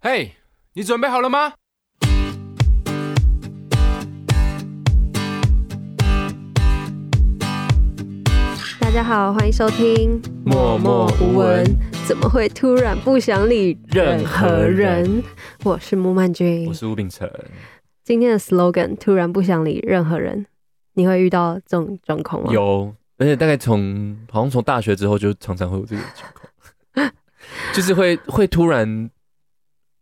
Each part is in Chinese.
嘿、你准备好了吗？大家好，欢迎收听《默默无闻》，怎么会突然不想理任何任何人？我是木曼君我。是吴秉承。今天的 slogan“ 突然不想理任何人”，你会遇到这种状况吗？，有，而且大概从好像从大学之后就常常会有这个情况， 就是会会突然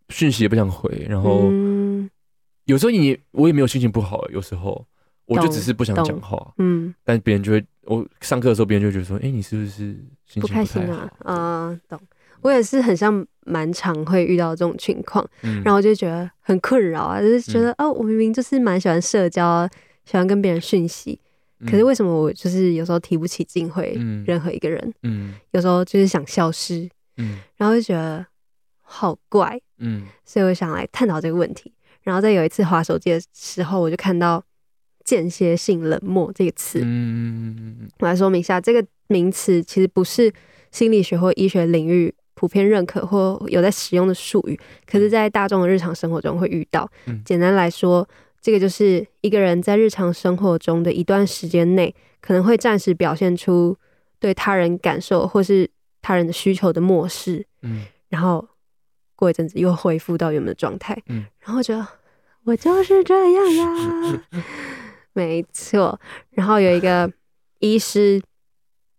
讯息也不想回，然后嗯有时候你我也没有心情不好，有时候我就懂只是不想懂讲话，嗯，但别人就会我上课的时候别人就会觉得说，哎、你是不是心情不开心太好？啊，嗯、懂。我也是很像蛮常会遇到这种情况，嗯然后我就觉得很困扰啊，就是觉得、哦，我明明就是蛮喜欢社交啊，喜欢跟别人讯息，可是为什么我就是有时候提不起劲回嗯任何一个人？嗯有时候就是想消失，嗯然后就觉得好怪，嗯所以我想来探讨这个问题。然后在有一次滑手机的时候，我就看到“间歇性冷漠”这个词。嗯我来说明一下，这个名词其实不是心理学或医学领域普遍认可或有在使用的术语，可是，在大众的日常生活中会遇到。嗯简单来说，这个就是一个人在日常生活中的一段时间内，可能会暂时表现出对他人感受或是他人的需求的漠视，嗯然后过一阵子又恢复到原本的状态。嗯然后觉得我就是这样呀，没错。然后有一个医师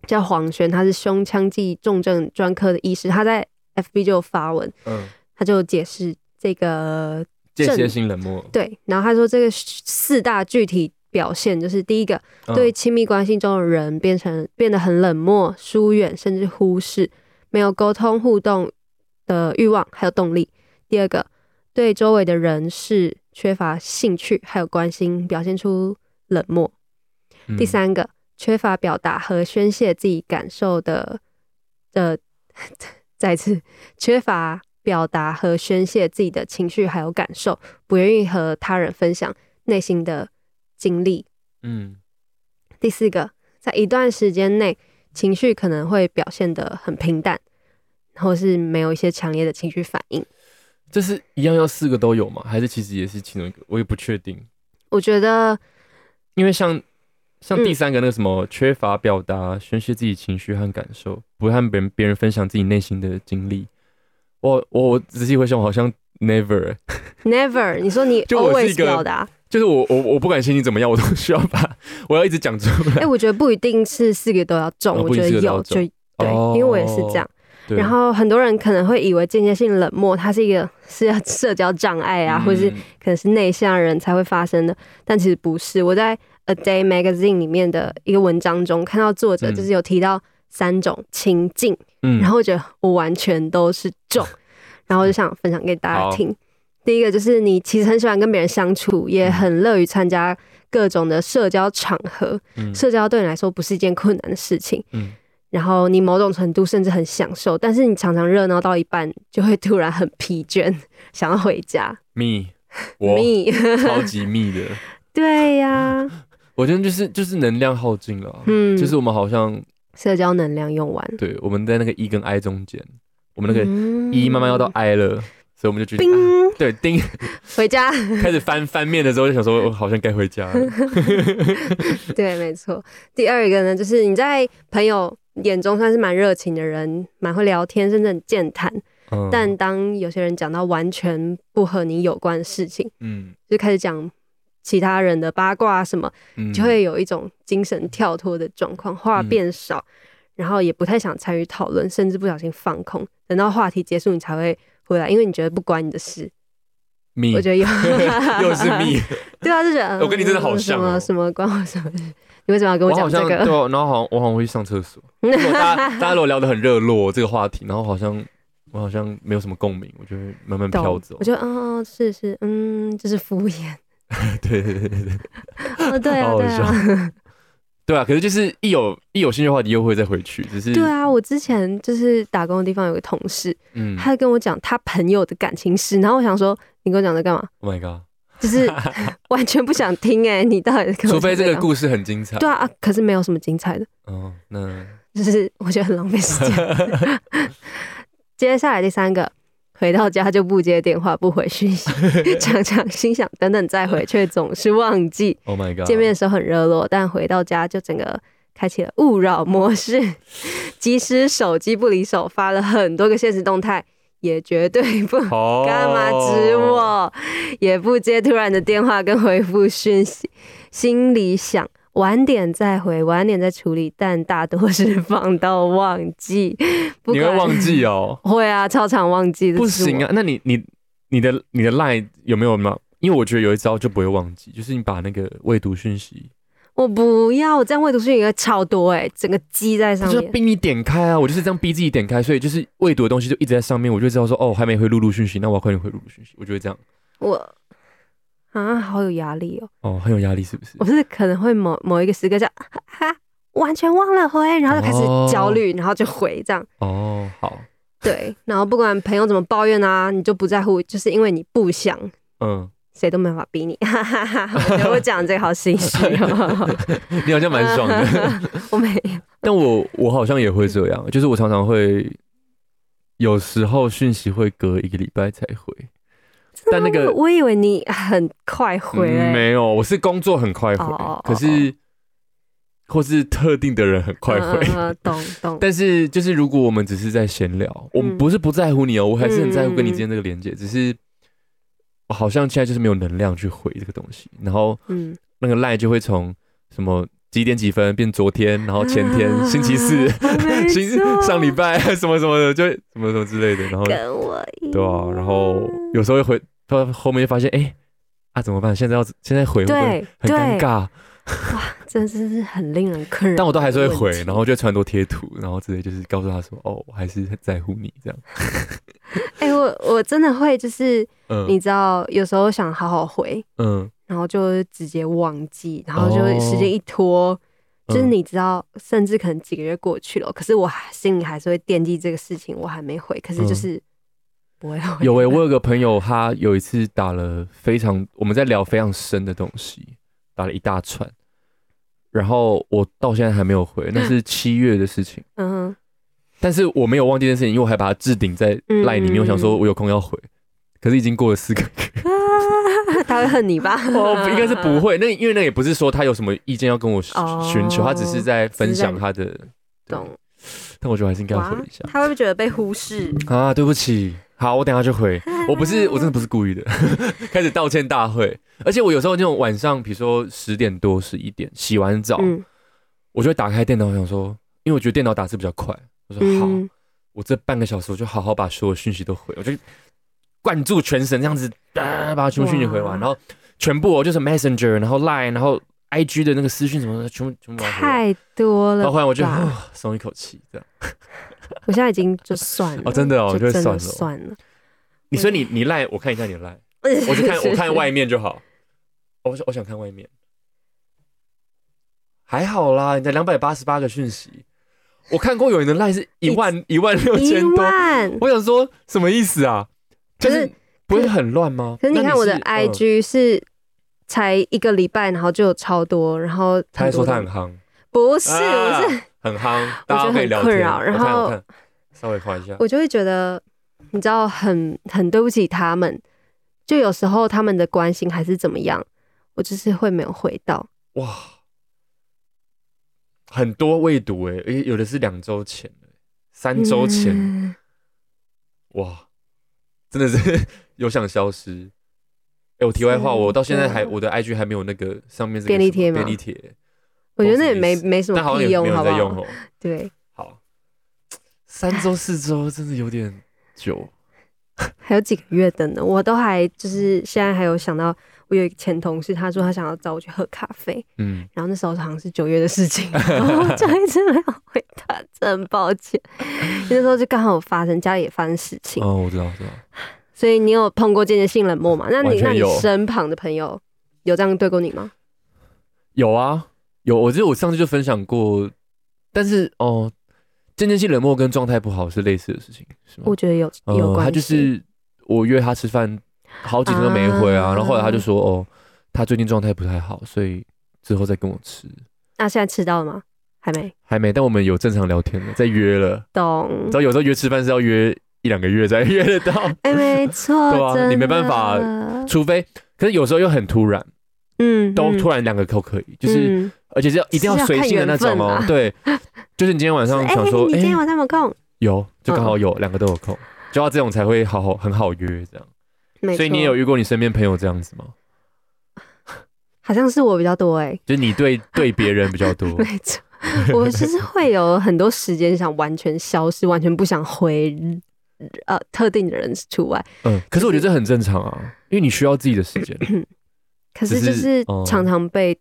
叫黄轩，他是胸腔暨重症专科的医师，他在 FB 就有发文，嗯，他就解释这个间歇正性冷漠，对，然后他说这个四大具体表现就是第一个，嗯对亲密关系中的人变成变得很冷漠、疏远，甚至忽视，没有沟通互动的欲望还有动力。第二个，对周围的人事缺乏兴趣还有关心，表现出冷漠。嗯第三个，缺乏表达和宣泄自己感受的， 呃，再一次缺乏表达和宣泄自己的情绪还有感受，不愿意和他人分享内心的经历。嗯第四个，在一段时间内，情绪可能会表现得很平淡，或是没有一些强烈的情绪反应。这是一样要四个都有吗？还是其实也是其中一个？我也不确定。我觉得，因为像像嗯第三个那个什么，缺乏表达、宣泄自己情绪和感受，不和别人别人分享自己内心的经历。我我我仔细回想，我好像 never，欸 Never，你说你就我是 always 啊一个表达，就是我我我不管心情怎么样，我都需要把 我要一直讲出哎、来。我觉得不一定是四个都要中，哦我不一觉定得四个都要有就中对，因为我也是这样。哦对然后很多人可能会以为间歇性冷漠，它是一个是要 社交障碍啊，或是嗯可能是内向人才会发生的，但其实不是。我在《A Day Magazine》里面的一个文章中看到作者嗯就是有提到三种情境，嗯然后我觉得我完全都是 中，然后我就想分享给大好嗯家听。第一个就是你其实很喜欢跟别人相处，也很乐于参加各种的社交场合，嗯社交对你来说不是一件困难的事情。嗯然后你某种程度甚至很享受，但是你常常热闹到一半，就会突然很疲倦， 想要回家。 me 我你超级 me 的， 对呀、我觉得就是就是能量耗尽了啊，嗯 就是我们好像社交能量用完，对我们在那个 E 跟 I 中间，我们那个嗯 E 慢慢要到 I 了，所以我们就觉得冰啊对叮。回家。开始翻翻面的时候，就想说，我好像该回家 了。对，没错。第二个呢，就是你在朋友眼中算是蛮热情的人，蛮会聊天，甚至很健谈。嗯但当有些人讲到完全不和你有关的事情，嗯就开始讲其他人的八卦啊什么，嗯就会有一种精神跳脱的状况，话嗯变少，然后也不太想参与讨论，甚至不小心放空。等到话题结束，你才会回来，因为你觉得不关你的事。蜜，我觉得有，嗯 又是蜜。 对啊，就觉得我跟你真的好像嗯什么哦什么关我什么事？你为什么要跟我讲好这像对啊、个？然后好像我好像会去上厕所。如果大家大家如果聊得很热络这个话题，然后好像我好像没有什么共鸣，我就会慢慢飘懂走 我。觉得嗯，哦是是，嗯，就是敷衍。对对对对对，哦，对啊，好对好笑啊，对啊。可是就是一有一有兴趣的话题，又会再回去，只是对，啊。我之前就是打工的地方有个同事，嗯他跟我讲他朋友的感情事，然后我想说，你跟我讲这干嘛？ ，Oh my god，就是 完全不想听哎、你到底在跟我除非讲这个干嘛故事很精彩。对啊啊，可是没有什么精彩的，哦，那 就是我觉得很浪费时间。接下来第三个，回到家就不接电话、不回 讯息，常常心想等等再回，却总是忘记。 Oh my god！见面的时候很热络，但回到家就整个开启了勿扰模式， 即使手机不离手，发了很多个现实动态，也绝对不好，干嘛指？我？也不接突然的电话跟回复讯息，心里想晚点再回，晚点再处理，但大多是 放到忘记。不你会管忘？记哦？ 会啊，超常忘记。不行啊！啊，那你你你的你的 line 有没有嘛？因为我觉得有一招就不会忘记，就是你把那个未读讯息，我不要，我这样未读讯息会超多哎、整个积在上就是面。逼你点开啊，我就是这样逼自己点开，所以就是未读的东西就一直在上面，我就知道说哦，还没回露露讯息，那我要快点回露露讯息，我就会这样，我啊，好有压力哦、哦，很有压力是不是我？是可能会某某一个时刻就啊啊，完全忘了回，然后就开始焦虑，然后就回这样。哦，好，对，然后不管朋友怎么抱怨啊，你就不在乎，就是因为你不想，嗯，谁都没办法逼你。哈哈哈，我觉得我讲这个好心虚哦，你好像蛮爽的，我没有。但我我好像也会这样，就是我常常会有时候讯息会隔一个礼拜才回， 但那个我以为你很快回、嗯欸，没有，我是工作很快回，哦哦哦可是或是特定的人很快回。嗯嗯嗯懂懂。但是，就是如果我们只是在闲聊，我们嗯不是不在乎你哦，我还是很在乎跟你嗯嗯嗯之间这个连接，只是我好像现在就是没有能量去回这个东西，然后嗯，那个赖就会从什么几点几分变昨天，然后哦前 天、星期四、啊 没星错上礼拜什么什么的，就会什么什么之类的，然后跟我一样对啊，然后有时候会回到后面就发现，哎、啊怎么办？现在要现在回会不会对很尴对，尬，真真是很令人困扰。但我都还是会回，然后就传很多贴图，然后之类就是告诉他说，哦，我还是很在乎你这样。哎、我我真的会，就是你嗯知道，有时候想好好回，嗯，然后就直接忘记，然后就哦时间一拖，就是嗯你知道，甚至可能几个月过去了，可是我还心里还是会惦记这个事情，我还没回，可是就是不会回。嗯有诶、我有个朋友，他有一次打了非常，我们在聊非常深的东西，打了一大串，然后我到现在还没有回，那是七月的事情，嗯但是我没有忘记这件事情，因为我还把它置顶在嗯赖里面，我想说我有空要回，可是已经过了四个月。 哼，他会恨你吧？哦，应该是不会。那因为那也不是说他有什么意见要跟我寻哦寻求，他只是在分享他的。对懂但我觉得还是应该要哇回一下他会不会觉得被忽视？啊，对不起。好，我等一下就 回。我不是，我真的不是故意的。 开始道歉大会，而且我有时候那种晚上，比如说十点多、十一点，洗完澡，嗯我就会打开电脑，我想说，因为我觉得电脑打字比较快，我说好，嗯，我这半个小时我就好好把所有讯息都回，我就灌注全神这样子，啊、把全部讯息回完，哇然后全部哦就是 Messenger，然后 Line，然后 IG 的那个私讯什么的，全部全部把它回完。太多然了后。后来我就吧哦松一口气，这样。我现在已经就算了，哦真的哦就就真算的了算了。你所以你你 Line，我看一下你的 Line，我我只看我看外面就好。哦我想我想看外面，还好啦，你才两百八十八个讯息，我看过有人的 Line 是一万一万六 一千多，万。 我想说什么意思啊？就可是是不会很乱吗？可是你那看我的嗯 IG 是才一个礼拜，然后就有超多，然后他还说他很多夯，不是，我是啊很 夯，大家可以聊我觉天。得很困扰然我看后我看稍微看一下，我就会觉得，你知道很很对不起他们，就有时候他们的关心还是怎么样，我就是会没有回到。哇，很多未读哎，而且有的是两周前的，三周前，嗯哇，真的是 有想消失。哎，我题外话，真的我到现在还我的 IG 还没有那个上面这个啊便利贴什么吗便利贴，我觉得那也不好没意思没什但好么像也屁没有用，人好不在用好？哦。对，好，三周四周真的有点久。还有几个月等呢，我都还就是现在还有想到，我有一个前同事，他说他想要找我去喝咖啡，嗯，然后那时候好像是九月的事情， 然后我就一直没有回他，真抱歉。因为那时候就刚好发生，家里也发生事情，哦，我知道，我知道。所以你有碰过间接性冷漠吗？那完你全那你有嗯身旁的朋友有这样对过你吗？有啊，有，我记得我上次就分享过，但是哦，间接性冷漠跟状态不好是类似的事情，是吗？我觉得有有呃，关系，他就是我约他吃饭，好几天都没回啊，啊然后后来他就说哦，他最近状态不太好，所以之后再跟我吃，那现在吃到了吗？还没还没，但我们有正常聊天了，再约了。懂 你知，道有时候约吃饭是要约一两个月才约得 到，哎，没错，对啊真的你没办法除非可是有时候又很突然，嗯，都突然然两个都可以，就是而且是要一定要随性的那种哦是要看缘分啊，对，就是你今天晚上哎，想说，你今天哎，晚上嗯有空？有就刚好有两个都有空，就要这种才会好好很好约这样。没错，所以你也有遇过你身边朋友这样子吗？好像是我比较多哎，就是你 对对别人比较多没错， 我就是会有很多时间想完全消失，完全不想回呃特定的人除外。嗯，可是我觉得这很正常啊，因为你需要自己的 时间可是就只是是哦常常被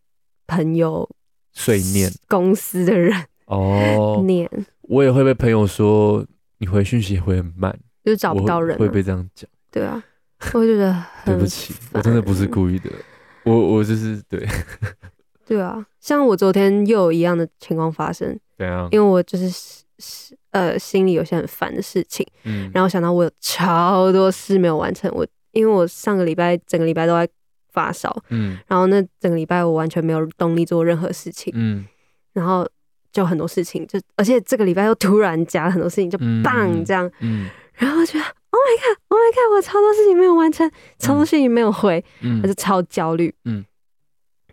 朋友、碎念公司的人哦。念，我也会被朋友说你回讯息回很慢，就是找我不会到人啊、会被这样讲。对啊，我觉得 对很不起，我真的不是烦嗯故意的，我我就是对对啊，像我昨天又有一样的情况发生， 怎样？因为我就是是是呃心里有些很烦的事情，嗯，然后想到我有超多事没有完成，我因为我上个礼拜整个礼拜都在发烧，嗯然后那整个礼拜我完全没有动力做任何事情，嗯然后就很多事情就，而且这个礼拜又突然加了很多事情，就嗯棒这样，嗯然后我觉得 Oh my God，Oh my God，我超多事情没有完成，超多事情没有回，我就嗯，超焦虑，嗯，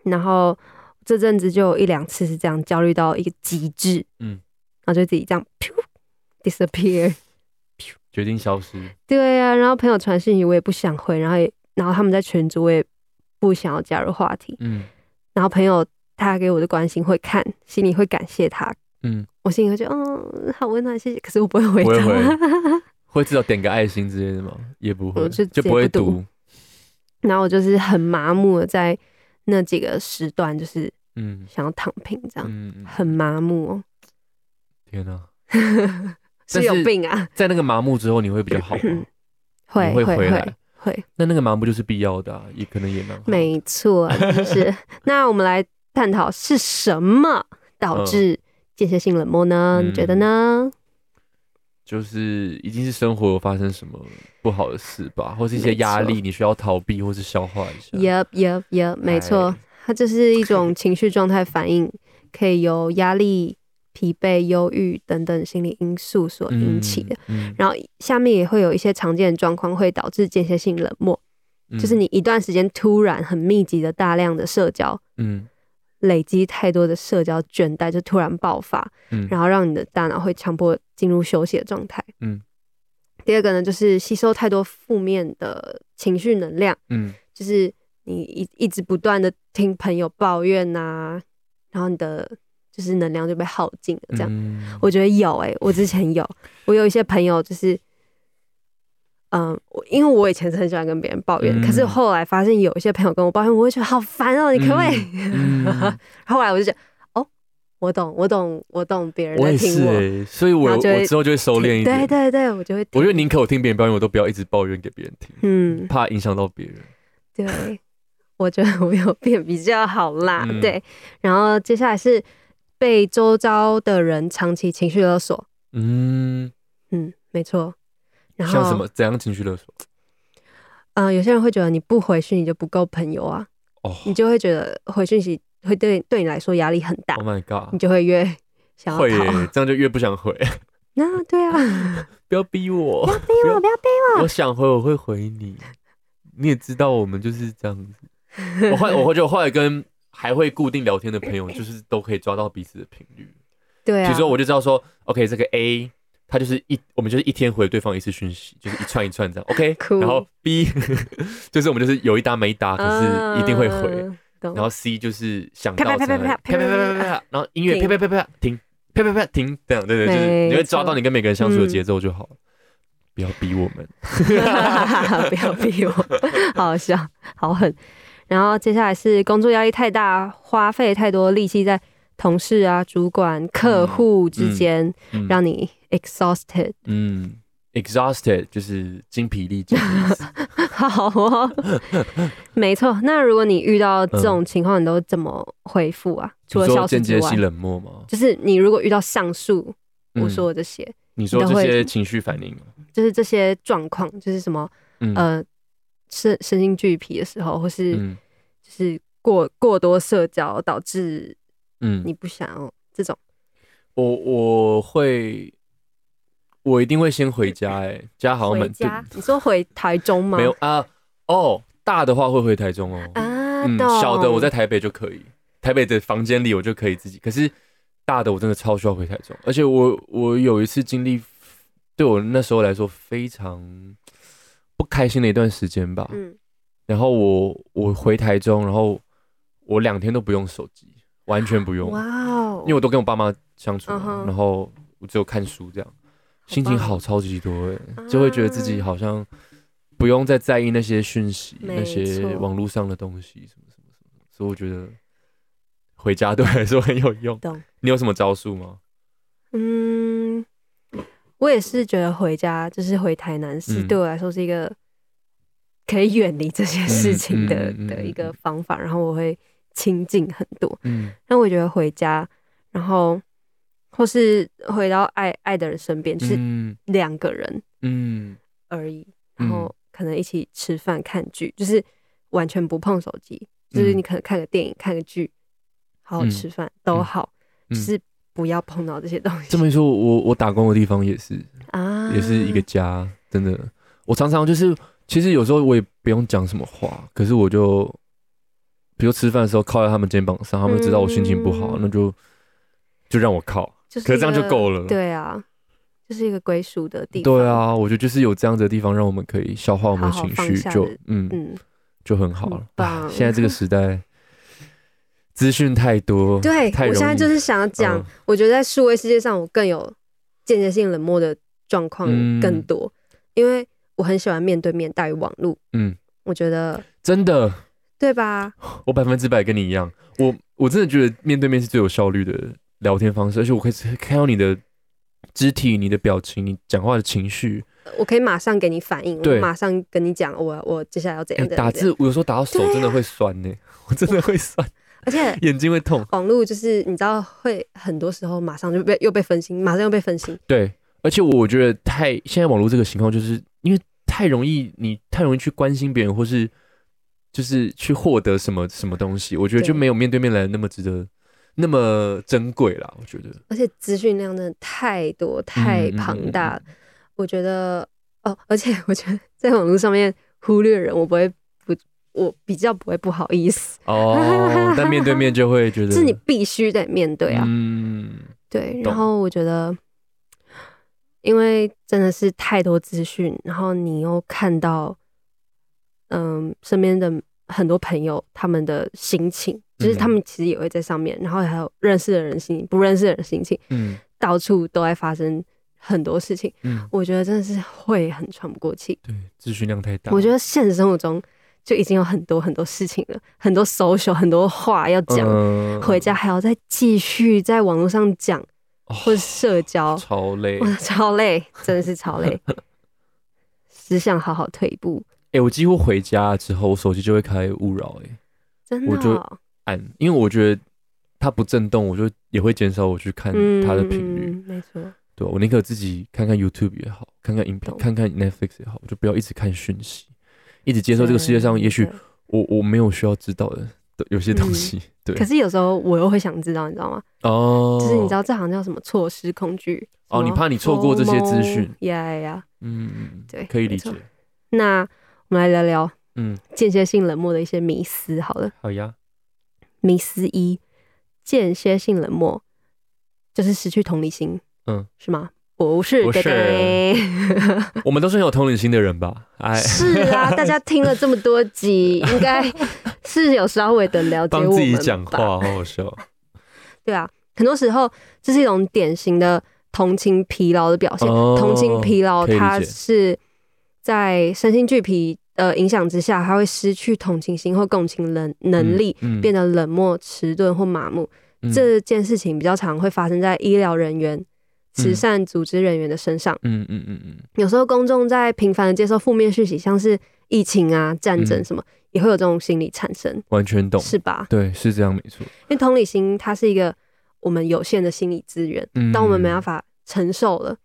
然后这阵子就有一两次是这样焦虑到一个极致，嗯，然后就自己这样 disappear， 决定消失。对啊，然后朋友传讯息我也不想回，然后也然后他们在群组我也不想要加入话题，嗯然后朋友他给我的关心会看，心里会感谢他，嗯，我心里会觉得嗯好温暖，谢谢。可是我不会回不会他，会至少点个爱心之类的吗？也不会，我就就不会直接不读。 然后我就是很麻木的在那几个时段，就是嗯想要躺平，这样、嗯，嗯很麻木、哦，天哪，但是是有病啊？在那个麻木之后，你会比较好吗。会你会嗯会回来会会，那那个麻木就是必要的、啊，也可能也蛮好的。没错，就是 那我们来探讨是什么导致间歇性冷漠呢？嗯你觉得呢？就是一定是生活有发生什么不好的事吧，或是一些压没力你需要逃避或是消化一下。 Yep yep yep，没错啊哎，它就是 一种情绪状态反应，可以由压力、疲惫、忧郁等等心理因素所引起的。嗯，然后下面也会有一些常见的状况会导致间歇性冷漠，嗯就是你一段时间突然很密集的大量的社交，嗯累积太多的社交倦怠就突然爆发，嗯，然后让你的大脑会强迫进入休息的状态。嗯，第二个呢，就是吸收太多负面的情绪能量。嗯就是你一一直不断的听朋友抱怨呐、然后你的就是能量就被耗尽了。嗯这样，样我觉得有诶、我之前有，我有一些朋友就是，嗯，我因为我以前是很喜欢跟别人抱怨，嗯可是后来发现有一些朋友跟我抱怨，我会觉得好烦哦、你可不可以？嗯 后来我就觉得，哦，我懂，我懂，我懂别人我在也听是我，欸，所以我然后就会我之后就会收敛一对点。对对，我就会听，我觉得宁可我听别人抱怨，我都不要一直抱怨给别人听，嗯。怕影响到别人。对，我觉得我有变比较好啦。嗯对，然后接下来是被周遭的人长期情绪勒索。嗯，嗯，没错。然后像什么怎样情绪勒索？呃，有些人会觉得你不回讯你就不够朋友啊，哦你就会觉得回讯息会对对你来说压力很大， ，Oh my 你 god，就会越想要会耶逃。，这样就越不想 回。那对啊，不要逼我，不要逼不要不要被我，我想回我会回你。你也知道我们就是这样子。我后来我后就后来跟还会固定聊天的朋友，就是都可以抓到彼此的频率。对比啊如，说我就知道说，OK，这个 A。他就是一，我们就是一天回对方一次讯息，就是一串一串这样，OK 酷。然后 B，就是我们就是有一搭没一搭，可是一定会回。嗯。懂然后 C 就是想到啪啪啪才会啪啪啪啪啪啪啪，然后音乐啪停啪啪啪停，啪啪啪停，这样对对，就是没你会抓错到你跟每个人相处的嗯节奏就好了。不要逼我们， 不要逼我，好笑，好狠。然后接下来是工作压力太大，花费太多力气在同事啊、主管、客户之间，嗯让你 exhausted。嗯，exhausted 就是精疲力 尽的意思。好哦，没错。那如果你遇到这种情况，你都怎么回复啊？除了你消说失间之接外性，冷漠吗？就是你如果遇到上述我嗯说的这些，你说你都这会些情绪反应吗？啊就是这些状况，就是什么嗯呃身身心俱疲的时候，或是嗯就是过过多社交导致嗯，你不想要这种，我我会，我一定会先回家、欸，哎，家好像回蛮近，家？你说回台中吗？没有啊，哦，大的话会回台中哦，啊，嗯，懂小的我在台北就可以，台北的房间里我就可以自己。可是大的我真的超需要回台中，而且我我有一次经历，对我那时候来说非常不开心的一段时间吧。嗯，然后我我回台中，然后我两天都不用手机，完全不用，哇哦，因为我都跟我爸妈相处嘛嗯哼然后我只有看书这样，心情棒嗯好超级多哎、就会觉得自啊己好像不用再在意那些讯息、没那些错网络上的东西什么什么什么，所以我觉得回家 对我来说很有用懂。你有什么招数吗？嗯，我也是觉得回家就是回台南市，嗯对我来说是一个可以远离这些事情的、嗯嗯嗯嗯的一嗯个方法，然后我会亲近很多。嗯但我觉得回家，然后或是回到爱爱的人身边，就是嗯两个人嗯而已，嗯然后可能一起吃饭、看剧，就是完全不碰手机，就是嗯你可能看个电影、看个剧，好好嗯吃饭都嗯好，嗯就是不要碰到这些东西这么一说，我我打工的地方也是，啊，也是一个家，真的。我常常就是，其实有时候我也不用讲什么话，可是我就，比如吃饭的时候靠在他们肩膀上，他们知道我心情不好，嗯那就就让我靠，就是可是这样就够了。了。对啊，就是一个归属的地方。对，啊，我觉得就是有这样子的地方，让我们可以消化我们的好好情放绪，下就的嗯嗯，就很好了很。棒现在这个时代，资讯太多，对太容易我现在就是想要讲，嗯我觉得在数位世界上，我更有间接性冷漠的状况嗯更多，因为我很喜欢面对面大于网络。嗯，我觉得真的，对吧？我百分之百跟你一样，我我真的觉得面对面是最有效率的聊天方式，而且我可以看到你的肢体、你的表情、你讲话的情绪。我可以马上给你反应，我对马上跟你讲，我我接下来要怎哎、样怎打样。怎样字我有时候打到手对啊真的会酸呢、 我真的会酸，而且眼睛会痛。网络就是你知道，会很多时候马上就被又被分心，马上又被分心。对，而且我觉得太现在网络这个情况，就是因为太容易，你太容易去关心别人，或是就是去获得什么什么东西，我觉得就对没有面对面来的那么值得，那么珍贵啦。我觉得而且资讯量真的太多太庞大嗯了，我觉得哦，而且 我觉得在网络上面忽略人，我不会不，我比较不会不好意思，哦，但面对面就会觉得是你必须得面对啊，嗯，对。懂然后我觉得，因为真的是太多资讯，然后你又看到，嗯，身边的很多朋友他们的心情，就是嗯他们其实也会在上面，然后还有认识的人心情，不认识的人心情。嗯到处都在发生很多事情，嗯，我觉得真的是会很喘不过气。对，资讯量太大。我觉得现实生活中就已经有很多很多事情了，很多 social，很多话要讲，嗯回家还要再继续在网络上讲哦或是社交，超累。哇哎、，超累，真的是超累，只想好好退一步，我几乎回家之后，我手机就会开勿扰，哎，真的我就哦、按，因为我觉得它不震动，我就也会减少我去看嗯，它的频率。嗯没错，对吧我宁可自己看看 YouTube 也好，看看影片，懂看看 Netflix 也好，我就不要一直看讯息，一直接受这个世界上也许真的我我没有需要知道的的有些东西。对，嗯可是有时候我又会想知道，你知道吗？哦，就是你知道这好像叫什么错失恐惧哦什么你怕你错过这些资讯 FOMO 呀呀呀！嗯，嗯，对可以理解没。那我们来聊聊嗯，间歇性冷漠的一些迷思好了。好呀。迷思一：间歇性冷漠就是失去同理心，嗯，是吗？不是，不是对对我们都是很有同理心的人 吧？哎，是啊，大家听了这么多 集，应该是有稍微的了解我帮们自己讲 话，吧好好笑。对啊，很多时候这是一种典型的同情疲劳的表现。哦同情疲劳，可以理它解是在身心俱疲的影响之下，它会失去同情心或共情能能力，嗯嗯变得冷漠、迟钝或麻木。嗯这件事情比较常会发生在医疗人员、慈善组织人员的身上。嗯嗯嗯嗯，有时候公众在频繁的接受负面讯息，像是疫情啊、战争嗯什么，也会有这种心理产生，完全懂。是吧？嗯对，是这样没错。因为同理心它是一个我们有限的心理资源，嗯当我们没办法承受了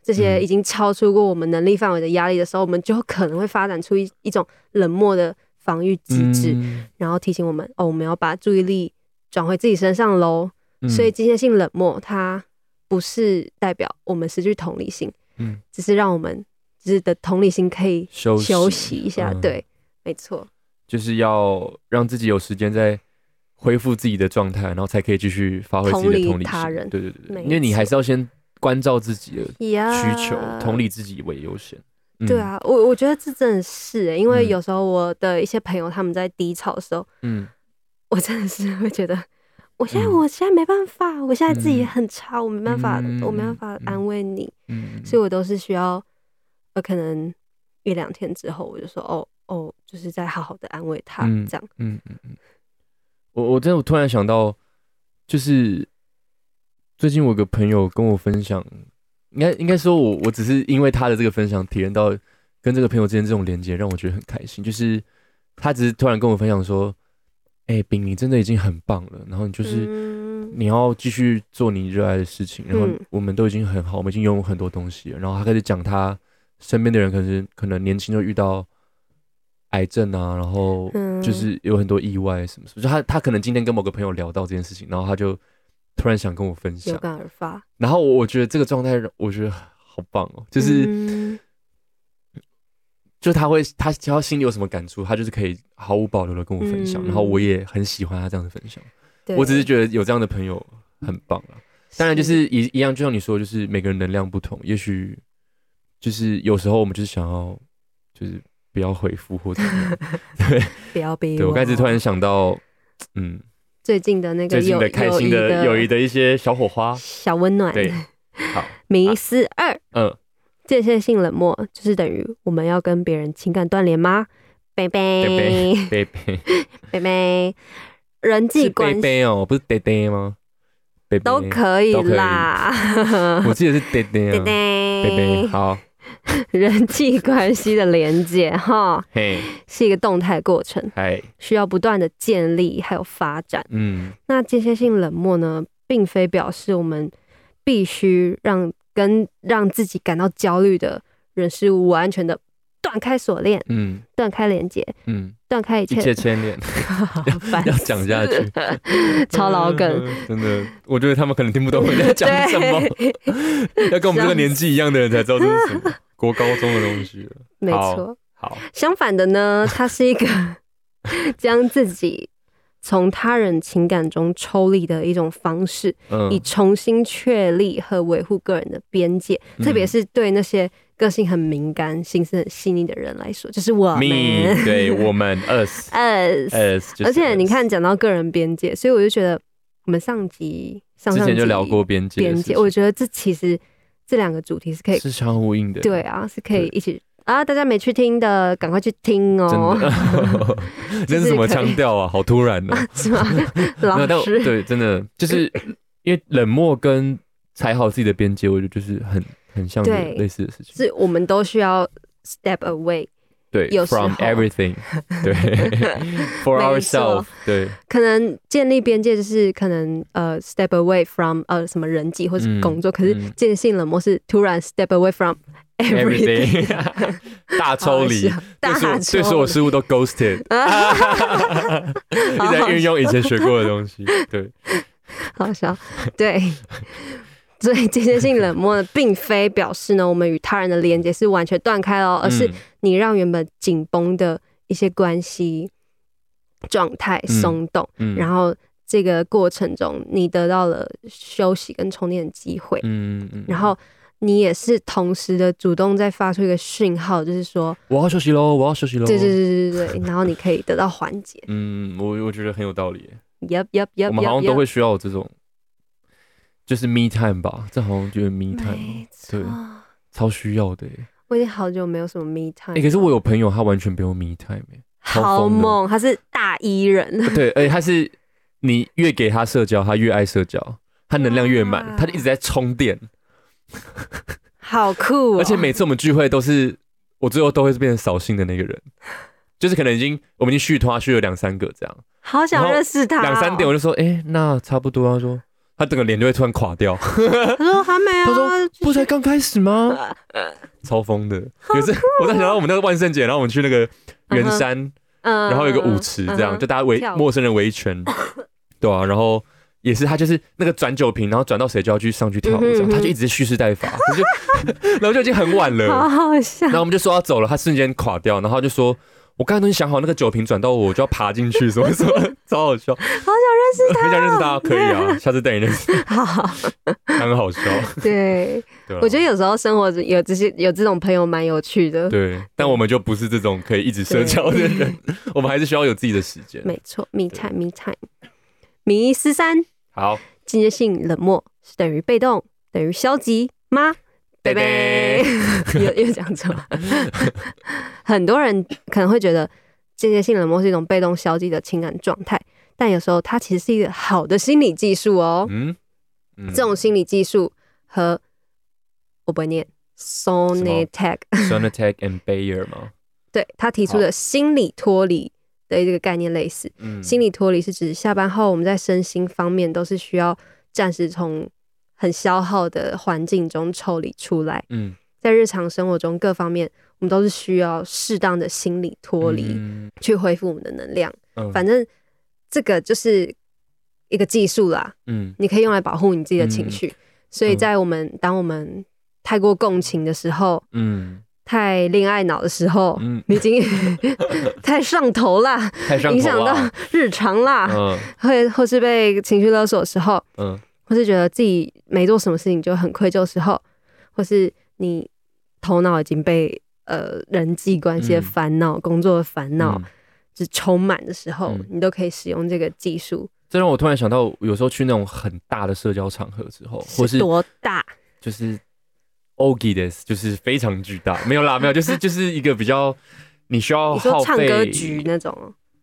这些嗯已经超出过我们能力范围的压力的时候，我们就可能会发展出一一种冷漠的防御机制，嗯然后提醒我们哦，我们要把注意力转回自己身上喽。嗯所以，机械性冷漠它不是代表我们失去同理心，嗯，只是让我们就是的同理心可以休息休息一下。嗯对，没错，就是要让自己有时间再恢复自己的状态，然后才可以继续发挥自己同的理同理心。他人对对对对，没因为你还是要先关照自己的呀需求，同理自己为优先。嗯啊对，啊，我我觉得这真的是欸、因为嗯有时候我的一些朋友他们在低潮的时候， 嗯，我真的是会觉得，我现在、嗯我现在没办法，我现在自己嗯很差，我没办法，嗯我没办法嗯安慰你，嗯所以我都是需要，呃，可能一两天之后，我就说，哦哦，就是再好好的安慰他，嗯这样，嗯嗯嗯，我我真的突然想到，就是最近我有个朋友跟我分享，应该应该说我我只是因为他的这个分享，体验到跟这个朋友之间这种连接，让我觉得很开心。就是他只是突然跟我分享说：“哎、饼，你真的已经很棒了，然后你就是嗯你要继续做你热爱的事情，然后嗯我们都已经很好，我们已经拥有很多东西了。”然后他开始讲他身边的人，可能可能年轻就遇到癌症啊，然后嗯就是有很多意外什么什么，就他他可能今天跟某个朋友聊到这件事情，然后他就突然想跟我分有享，感而发，然后我觉得这个状态让我觉得好棒哦，就是、嗯就他会他只要心里有什么感触，他就是可以毫无保留的跟我分享，嗯然后我也很喜欢他这样的分享，对我只是觉得有这样的朋友很棒啊。当然就是一一样，就像你说的，就是每个人能量不同，也许就是有时候我们就是想要就是不要回复或者怎 么样对不要逼哦对，我刚才突然想到，嗯。最近的那个最近友的开心的友友谊谊的一些小火 花。小温暖，对，好，迷思二。嗯，界限性冷漠就是等于我们要跟别人情感断联吗？贝贝贝贝贝贝， 贝贝，人际是关贝系贝哦，不是爹爹吗？贝贝都可以都可以啦。我记得是爹爹 对啊，贝贝，对，好，人际关系的连接 哈，嘿，是一个动态过程，嗨，需要不断的建立还有发展。嗯那间歇性冷漠呢，并非表示我们必须让跟让自己感到焦虑的人事物完全的断开锁链、嗯断开连接、嗯，断开一一切切牵连好 烦要讲下去， 超老梗。， 真的，我觉得他们可能听不懂我在讲什么， 对，要跟我们这个年纪一样的人才知道这是什么，国高中的东西了。没好错。 好，相反的 呢，它是一个 将自己从他人情感中抽离的一种方式，嗯以，重新确立和维护个人的边界，嗯特别是对那些个性很敏感、心思很细腻的人来说，就是我 me， 们。对我们 us 呃， us，就是而且你 us 看，讲到个人边界，所以我就觉得我们上集、上之上集前就聊过边界的边事情，界，我觉得这其实这两个主题是可以是相互应的，对啊，是可以对一起啊！大家没去听的，赶快去听真哦， 的，这是什么腔调啊？好突然呢、 啊！是吗？没有但老我师，对，真的 就是因为冷漠跟踩好自己的边界，我觉得就是很很像有对类似的事情。是我们都需要 step away。对有时候，from everything，对 ，for 没错 ourselves，对，可能建立边界就是可能呃 step away from 呃什么人际或是嗯工作，可是嗯间歇性冷漠是突然 step away from everything， everything，大 抽离，好好笑 对所有 大对所有事物都 ghosted， 啊，一直在运用以前学过的东西，哦对，好笑，对。所以间歇性冷漠呢，并非表示呢我们与他人的连接是完全断开哦，而是嗯你让原本紧绷的一些关系状态嗯松动，嗯然后这个过程中你得到了休息跟充电的机会，嗯，嗯然后你也是同时的主动在发出一个讯号，就是说，我要休息喽，我要休息喽，对对对对对 对，然后你可以得到缓解。嗯，我我觉得很有道理耶。 Yup yup 我 yup 们好像 yup 都 yup。会需要有这种，就是 me time 吧，这好像就是 me time，哦没错哎对，超需要的耶。我已经好久没有什么 me time 哎、了。可是我有朋友他完全不用 me time，耶、 超好疯的猛，他是大一人， 对，而且他是你越给他社交，他越爱社交，他能量越满哇，他就一直在充电，好酷哦！而且每次我们聚会都是我最后都会变成扫兴的那个人。就是可能已经我们已经续拖续了两三个这样，好然想后认识他哦。两三点我就说，哎、那差不多啊。他说他整个脸就会突然垮 掉，他说还没 啊，他说 不才刚开始吗？超疯 的，有次我在想到我们那个万圣节，然后我们去那个圆山，嗯，然后有个舞池，这样嗯就大家围跳舞 陌生人围一圈，对啊，然后也是他就是那个转酒瓶，然后转到谁就要去上去跳舞，嗯哼这样嗯哼他就一直蓄势待发，我就 然后就已经很晚好了，好笑然。后我们就说要走了，他瞬间垮掉，然后他就说。我刚才都已经想好，那个酒瓶转到我，我就要爬进去，什么什么，超好笑，好想认识很想认识他，可以啊，下次带你认识，他。好，他很好笑，对，对啊我觉得有时候生活有这些有这种朋友蛮有趣的。对，但我们就不是这种可以一直社交的人，我们还是需要有自己的时间。没错，me time me time。民意十三，好，间接性冷漠是等于被动，等于消极吗？拜拜。 又又讲错了。很多人可能会觉得间接性冷漠是一种被动消极的情感状态，但有时候它其实是一个好的心理技术哦。嗯，嗯这种心理技术和我不会念 s o n e t a g Sonatech and Bayer 嘛，对他提出的心理脱离的一个概念类似。嗯，心理脱离是指下班后我们在身心方面都是需要暂时从很消耗的环境中抽离出来，嗯在日常生活中各方面我们都是需要适当的心理脱离、嗯去恢复我们的能量。嗯反正这个就是一个技术啦，嗯你可以用来保护你自己的情嗯绪。所以在我们、当我们太过共情的时候，嗯太恋爱脑的时候，嗯，你已经 太上头啦，太上影头响到啊了，啊日常啦，嗯会或是被情绪勒索的时候，嗯或是觉得自己没做什么事情就很愧疚的时候，或是你头脑已经被呃人际关系的嗯烦恼、工作的烦恼、嗯就充满的时候，嗯你都可以使用这个技术，这让我突然想到，有时候去那种很大的社交场合之后，或是多大？就是 o g i 的，就是非常巨大，没有啦，没有，就是就是一个比较你需要你说哦耗唱歌费，局那种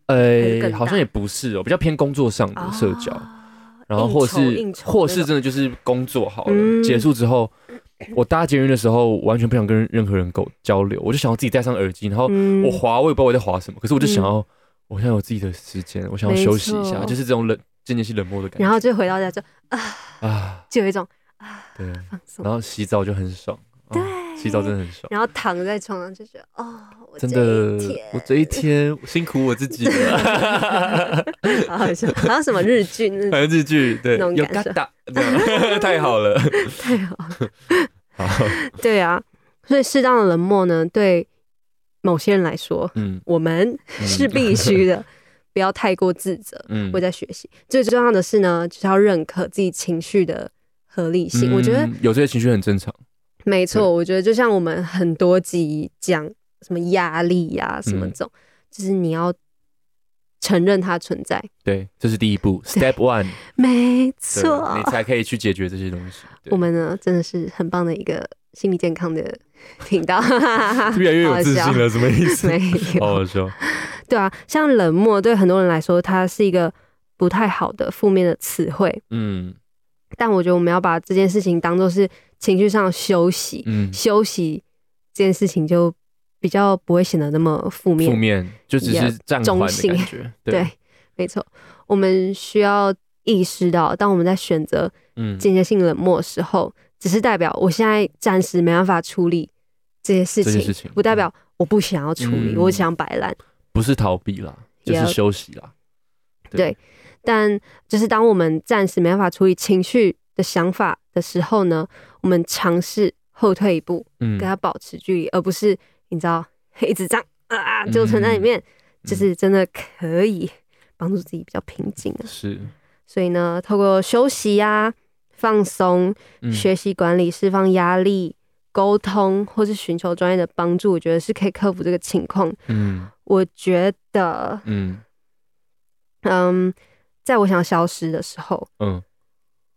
是呃更，大好像也不是哦，比较偏工作上的社交，哦然后或是应酬或是应酬真的就是工作好了，嗯结束之后，我搭捷运的时候完全不想跟任何人狗交流，我就想要自己戴上耳机，然后嗯我滑我也不知道我在滑什么，可是我就想嗯要，我想要有自己的时间，我想要没休息一错下，就是这种冷。渐渐是冷漠的感觉，然后就回到家就啊，就有一种对，放松，然后洗澡就很爽，啊嗯对洗澡真的很爽，然后躺在床上就觉得哦，我真这一的天，我这一天 辛苦我自己了。好好笑，还有什么日剧 那反正这句对那种有感受嘎达这样 太好 了，太好了。好，对啊，所以适当的冷漠呢，对某些人来说，嗯我们是必 须的，不要太过自责。嗯我在学习，最重要的是呢，就是要认可自己情绪的合理性。我觉得嗯有这些情绪很正常，没错，对我觉得就像我们很多集讲什么压力呀、什么嗯这种，就是你要承认它存在。对，这是第一步，Step One，没对错，你才可以去解决这些东西。对 我们呢真的是很棒的一个心理健康的频道，越来越有自信好好笑。了，哦什么意思？ 没 有，好好笑，对啊，像冷漠对很多人来说，它是一个不太好的负面的词汇，嗯但我觉得我们要把这件事情当做是情绪上的休息，嗯，休息这件事情就比较不会显得那么负面。负面就只也是暂缓中的性感觉，对，对，没错，我们需要意识到，当我们在选择嗯，间接性冷漠的时候，只是代表我现在暂时没办法处理这些事这些情，事情不代表我不想要处理，嗯我想摆烂。不是逃避啦，就 Yeah 是休息啦。对，但就是当我们暂时没办法处理情绪的想法的时候呢，我们尝试后退一步，嗯跟他保持距离，而不是你知道 一直这样啊就存在里嗯面，就是真的可以帮助自己比较平静啊。是所以呢，透过休息呀、放松、嗯学习管理、释放压力、沟通，或是寻求专业的帮助，我觉得是可以克服这个情况。嗯我觉得，嗯嗯，在我想消失的时候，嗯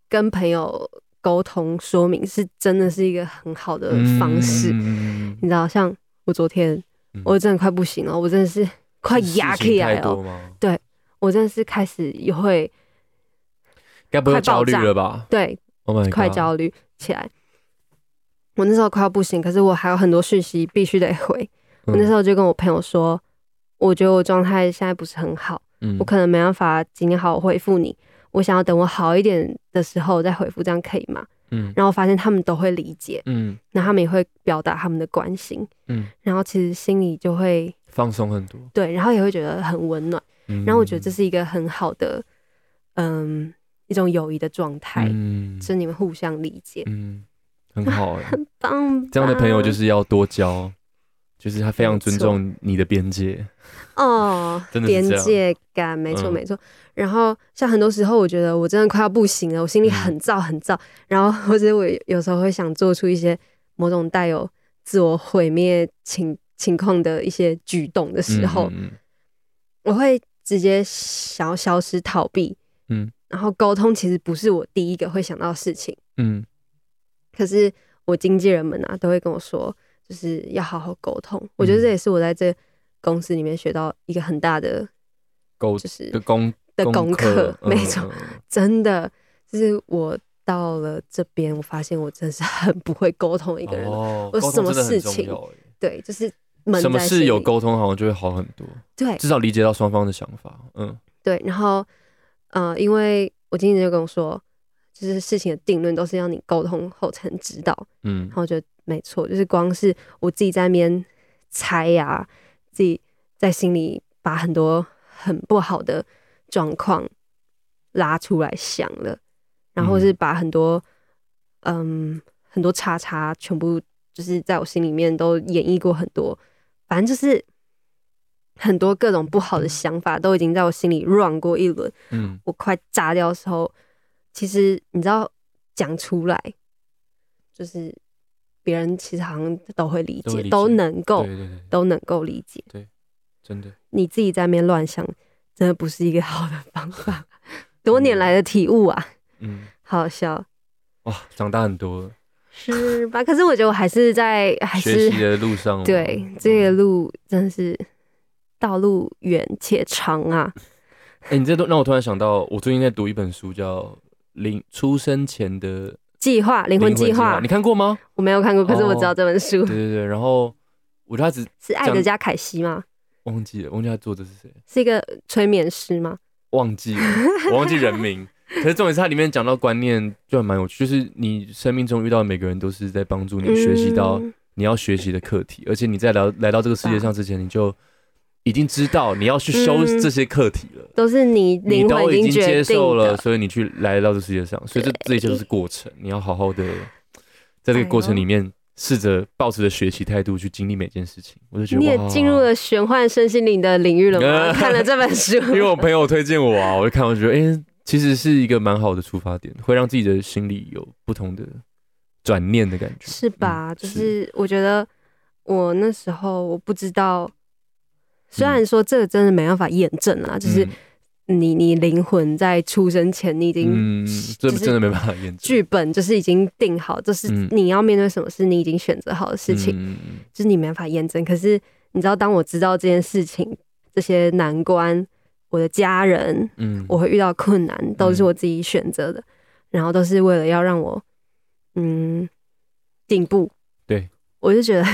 跟朋友沟通说明是真的是一个很好的方式。嗯你知道，像我昨天，嗯我真的快不行了，我真的是快压起来事情太多了，吗？我真的是开始也会该不会焦虑了吧对？Oh my god！快焦虑起来。我那时候快要不行，可是我还有很多讯息必须得回。我那时候，候就跟我朋友说，我觉得我状态现在不是很好，嗯我可能没办法今天好好回复你。我想要等我好一点的时候再回复，这样可以吗？嗯然后发现他们都会理解，嗯然后他们也会表达他们的关心，嗯，然后其实心里就会放松很多。对，然后也会觉得很温暖。嗯然后我觉得这是一个很好的，嗯，一种友谊的状态，嗯是你们互相理解，嗯，很好 哎、棒吧。这样的朋友就是要多交，嗯就是他非常尊重你的边界。哦，真的是边这样界感，没错嗯没错。然后像很多时候，我觉得我真的快要不行了，我心里嗯很燥很燥，然后或者我有时候会想做出一些某种带有自我毁灭情情况的一些举动的时候，嗯我会直接想要消失逃避。嗯，然后沟通其实不是我第一个会想到的事情，嗯可是我经纪人们啊都会跟我说，就是要好好沟通。我嗯觉得这也是我在这公司里面学到一个很大的，沟就是的功的功课课，嗯没错，嗯嗯真的，就是我到了这边，我发现我真是很不会沟通一个人。哦我沟什通么真的很事重情要欸对，就是闷什么在事心有里沟通，好像就会好很多，对至少理解到双方的想法。嗯对，然后呃，因为我经纪人就跟我说，就是事情的定论都是要你沟通后才能知道。嗯然后我觉得没错，就是光是我自己在那边猜呀、自己在心里把很多很不好的状况拉出来想了，然后嗯是把很多嗯很多叉叉全部就是在我心里面都演绎过很多，反正就是很多各种不好的想法都已经在我心里 run 过一轮，嗯，我快炸掉的时候，其实你知道讲出来，就是别人其实好像都会理都会解，理解都能够对对对，都能够理解。真的你自己在那边乱想，真的不是一个好的方 法。多年来的体悟啊，嗯好好笑哇，长大很多了，是吧？可是我觉得我还是在还嗯学是习的路上嘛，对嗯这个路真的是道路远且长啊，哎，你这都让我突然想到，我最近在读一本书叫《零出生前的计划灵魂计划你看过 吗？我没有看过，可是我知道哦这本书对对对，然后我觉得他只是艾德加凯西吗？忘记了，忘记他作者是谁，是一个催眠师吗？忘记了，我忘记人名。 可是重点是它里面讲到观念就还蛮有趣，就是你生命中遇到的每个人都是在帮助你学习到嗯你要学习的课题，而且你在来来到这个世界上之前，你就已经知道你要去修嗯这些课题了，都是你灵你都魂已经决定接的受了，所以你去来到这世界上，所以这这一切都是过程，你要好好哎的在这个过程里面试着抱持着学习态度去经历每件事情。我就觉得你也哇进入了玄幻身心灵的领域了吗？ 嗯看了这本书，因为我朋友推荐我啊，我就看，我觉得，哎、其实是一个蛮好的出发点，会让自己的心里有不同的转念的感觉。是吧？嗯就是我觉得我那时候我不知道，嗯虽然说这个真的没办法验证嗯啊，就是你你灵魂在出生前你已经嗯，嗯，这就是真的没办法验证。剧本就是已经定好，就是嗯你要面对什么事，你已经选择好的事情，嗯嗯就是你没办法验证。可是你知道，当我知道这件事情，这些难关，我的家人，嗯，我会遇到困难，都是我自己选择的，然后都是为了要让我嗯进步。对，我就觉得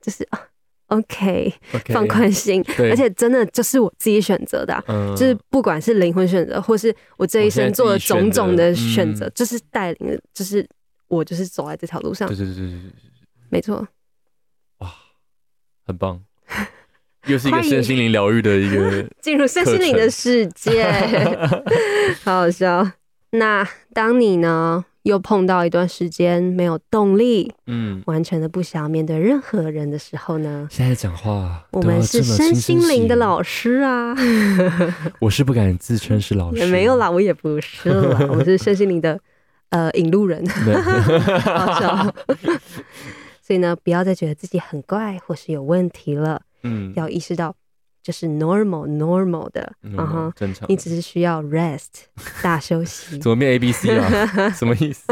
就是啊 OK， OK，放宽心，对，而且真的就是我自己选择的啊、嗯，就是不管是灵魂选择，或是我这一生做的种种的选择，嗯就是带领的，就是我就是走在这条路上对，对对对对，对没错。很 棒，又是一个欢迎身心灵疗愈的一 个，进入身心灵的世界，好好笑。那当你呢又碰到一段时间没有动力，嗯，完全的不想要面对任何人的时候呢，现在讲话我们是身心灵的，老师啊，都要这么轻声细语我是不敢自称是老也师，没有，啦，我也不是啦，我是身心灵的呃引路人， 好笑。所以呢，不要再觉得自己很怪或是有问题了，嗯，要意识到这是 normal normal 的，嗯啊哈，正常，你只是需要 rest 大 休息怎。么变 A B C 啊？什么意思？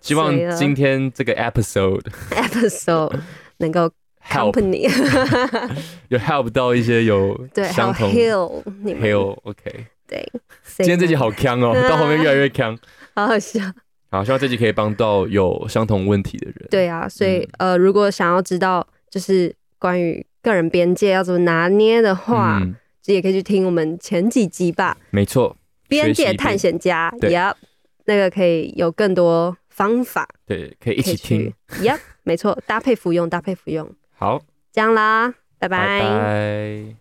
希望谁了今天这个 episode episode 能够 help company 有 help 到一些有对，还有相同 heal 你们 heal OK。对。啊今天这集好强哦，到后面越来越强。好好笑。好，希望这集可以帮到有相同问题的嗯人。对啊，所以、呃，如果想要知道就是关于个人边界要怎么拿捏的话，嗯，这也可以去听我们前几集吧，《没错，边学界习探险家》对 Yup，那个可以有更多方法对，可以一可起以听去。Yup，没错，搭配服用，搭配服用，好，这样啦，拜拜拜。